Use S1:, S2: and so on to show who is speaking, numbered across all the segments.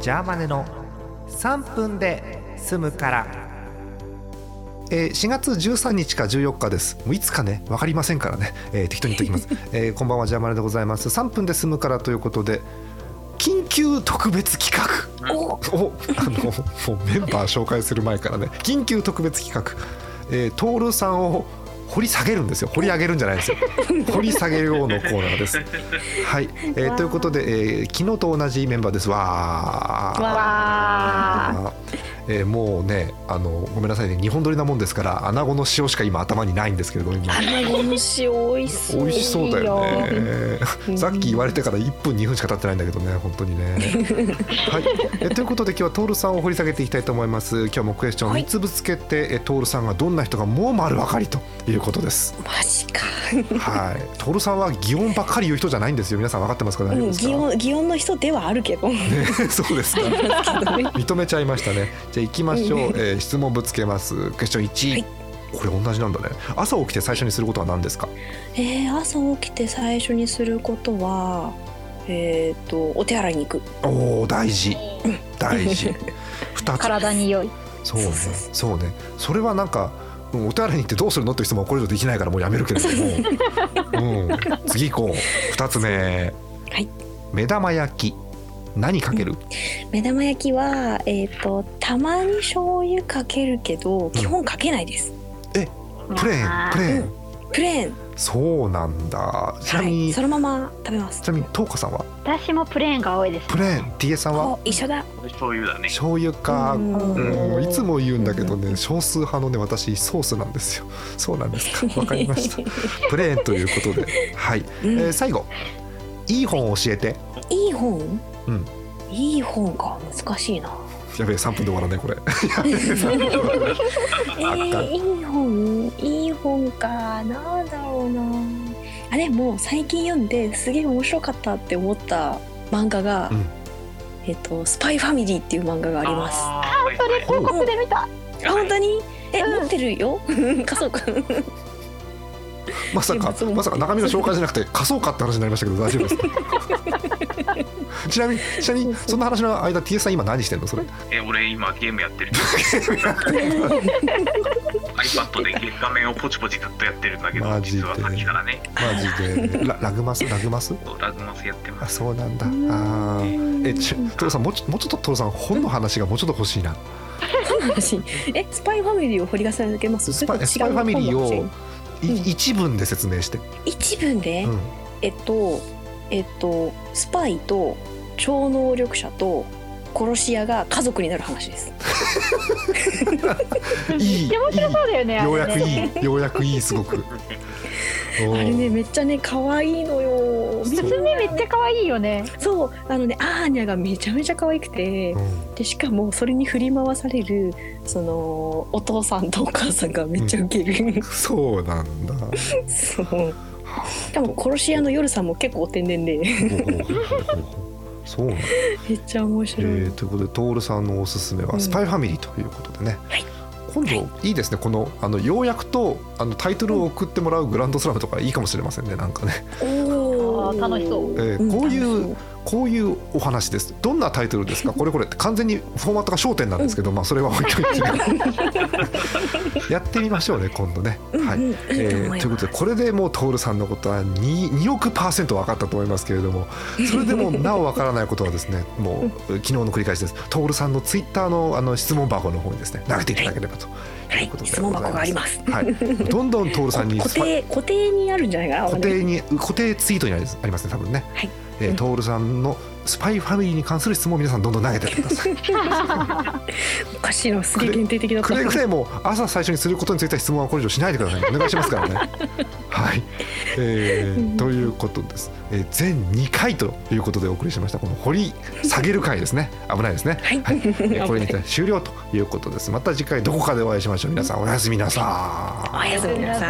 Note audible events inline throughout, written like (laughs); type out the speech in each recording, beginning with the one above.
S1: ジャーマネの3分で済むから
S2: えー4月13日か14日です。もういつかね、わかりませんからね、えー適当に言ってお
S1: (laughs)
S2: きます、えーこんばんは、ジャーマネでございます。3分で済むからということで、緊急特別企画を、あの、もうメンバー紹介する前からね、緊急特別企画、えー、トールさんを掘り下げるんですよ。掘り上げるんじゃない
S1: (laughs)
S2: ですよ。掘り下げようのコーナーです。はい、えーということで、えー昨日と同じメンバーです。わー。
S3: わ
S2: あえーもうねあのごめんなさいね日本撮りなもんですから穴子の塩しか今頭にないんですけれども今
S3: あ。穴子の塩美味しそう。
S2: 美味しそうだよね
S3: いいよ
S2: さっき言われてから1分2分しか経ってないんだけどね本当に
S3: (laughs)
S2: ねはいえということで今日はトールさんを掘り下げていきたいと思います今日もクエスチョン
S3: はい
S2: 3つぶつけて、えトールさんがどんな人がもう丸分かりということです
S3: いいよマジか。
S2: はいトールさんは擬音ばっかり言う人じゃないんですよ皆さん分かってますか大
S3: う
S2: 丈夫
S3: ん、
S2: ですか
S3: 祇園祇園の人ではあるけ
S2: (laughs)
S3: ど。
S2: ねそうですか
S3: どね
S2: 認めちゃいましたねじゃあ行きましょう、えー質問ぶつけますクエスチョン1、
S3: はい
S2: これ同じなんだね朝起きて最初にすることは何ですか
S3: えー、朝起きて最初にすることは、えっ、とお手洗いに行く。
S2: おお大事大事
S3: (laughs)
S2: 二つ
S4: 体に良い
S2: そうね
S3: そうそうそ
S2: そうねそれはなんかうんお手洗いに行ってどうするのって質問はこれ以上できないからもうやめるけれど
S3: (laughs)
S2: も、うん、次行こう二つ目
S3: はい
S2: 目玉焼き何かける、
S3: 目玉焼きはえっ、とたまに醤油かけるけど基本かけないです。
S2: プレーンプレーン、
S3: プレーン。
S2: そうなんだちなみ
S3: は
S2: に、
S3: い。そのまま食べます
S2: ち。なみにトウカさんは
S4: 私もプレーンが多いです
S2: プレーン TA さんは
S3: お一緒だ。
S5: 醤油だね。
S2: 醤油か
S3: うん
S2: うんいつも言うんだけどね少数派のね私ソースなんですよそうなんですかわかりま (laughs) したプレーンということではい、
S3: う
S2: え
S3: ん
S2: ー最後いい本教えて
S3: いい本？
S2: うん。
S3: いい本か難しいな。
S2: やべえ3分で終わらないこ (laughs) れ
S3: (laughs) えー、いい本いい本かなんだろうなあでも最近読んですげえ面白かったって思った漫画が、
S2: うん
S3: えっ、と「スパイファミリー」っていう漫画がありますあ
S5: あー、それ
S2: ほう
S4: ここで見た
S3: 本当にえ、
S4: うん
S3: 持ってるよ (laughs) 家族
S2: まさかまさか中身の紹介じゃなくて貸そうかって話になりましたけど大丈夫です (laughs) かちなみにちなみにそんな話の間 TS さん今何してんの (laughs) それ
S5: え、俺今ゲームやってる。iPad でゲ画面をポチポチずっとやってるんだけど
S2: マ、ジで
S5: 実はさっきからね、
S2: マジでララグマスラグマス
S5: ラグマスやってま
S2: あ
S5: す。
S2: そうなんだあーえちトロさんもうちょもうちょっとトロさん本の話がもうちょっと欲しいな
S3: 話えスパイファミリーを掘り出されてます
S2: スパイス
S3: それ
S2: パイ
S3: と
S2: ファ
S3: も違う
S2: ミリー
S3: 本かもしれ
S2: を
S3: ないうん
S2: 一文で説明して、
S3: 一文で、
S2: うん、
S3: えっとえっとスパイと超能力者と殺し屋が家族になる話です
S2: いいいい
S4: でも面白そうだよね
S2: ようや
S4: あ
S2: く
S4: れね
S2: いいようやくいいすごくおー
S3: (laughs) あれねめっちゃね可愛いのよ
S2: そう
S4: 普通ねめっちゃ可愛いよね
S3: そうあのねアーニャがめちゃめちゃ可愛くて
S2: うん
S3: でしかもそれに振り回されるそのお父さんとお母さんがめっちゃウケる、
S2: そうなん (laughs) だ
S3: そう多分殺し屋の夜さんも結構お天然で (laughs)
S2: そうなんだ、
S3: めっちゃ面
S2: え
S3: 白い、
S2: ー、ということで徹さんのおすすめ
S3: う
S2: は「
S3: ん
S2: スパイファミリー」ということでね、
S3: はい
S2: 今度いいですねこのあの要約とあのタイトルを送ってもらうグランドスラムとかいいかもしれませんねなんかね、
S3: お
S4: あー楽しそう
S2: えー
S3: ん
S2: こういう
S3: 楽し
S2: こういうお話です。どんなタイトルですか。これこれって完全にフォーマットが焦点なんですけど、まあそれは置いとい
S3: (laughs)
S2: て。やってみましょうね今度ね。
S3: そう
S2: はい。
S3: うんうん
S2: え
S3: いいと思い
S2: ー
S3: ます
S2: ということでこれでもうトールさんのことは 2, 2億パーセント分かったと思いますけれどもそれでもなお分からないことはですねもう昨日の繰り返しですトールさんのツイッターのあの質問箱の方にですね投げていただければと
S3: はい
S2: いうことで
S3: 質問箱があります
S2: ございますはい、どんどんトールさんに
S3: 固定固定にあるんじゃないかな
S2: 固定に固定ツイートにありありますね多分ね、
S3: はい
S2: えー
S3: うん
S2: トールさんのスパイファミリーに関する質問を皆さんどんどん投げてってください
S3: おかしいなすげえ限定的だった
S2: くれぐれも朝最初にすることについては質問はこれ以上しないでください
S3: (laughs)
S2: お願いしますからねはい、えーということです、えー全2回ということでお送りしましたこの掘り下げる回です
S3: (laughs)
S2: ね危ないですね
S3: はい
S2: えーこれにて終了ということですまた次回どこかでお会いしましょう皆さんおやすみなさい
S3: おやすみなさ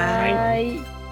S3: い
S4: はい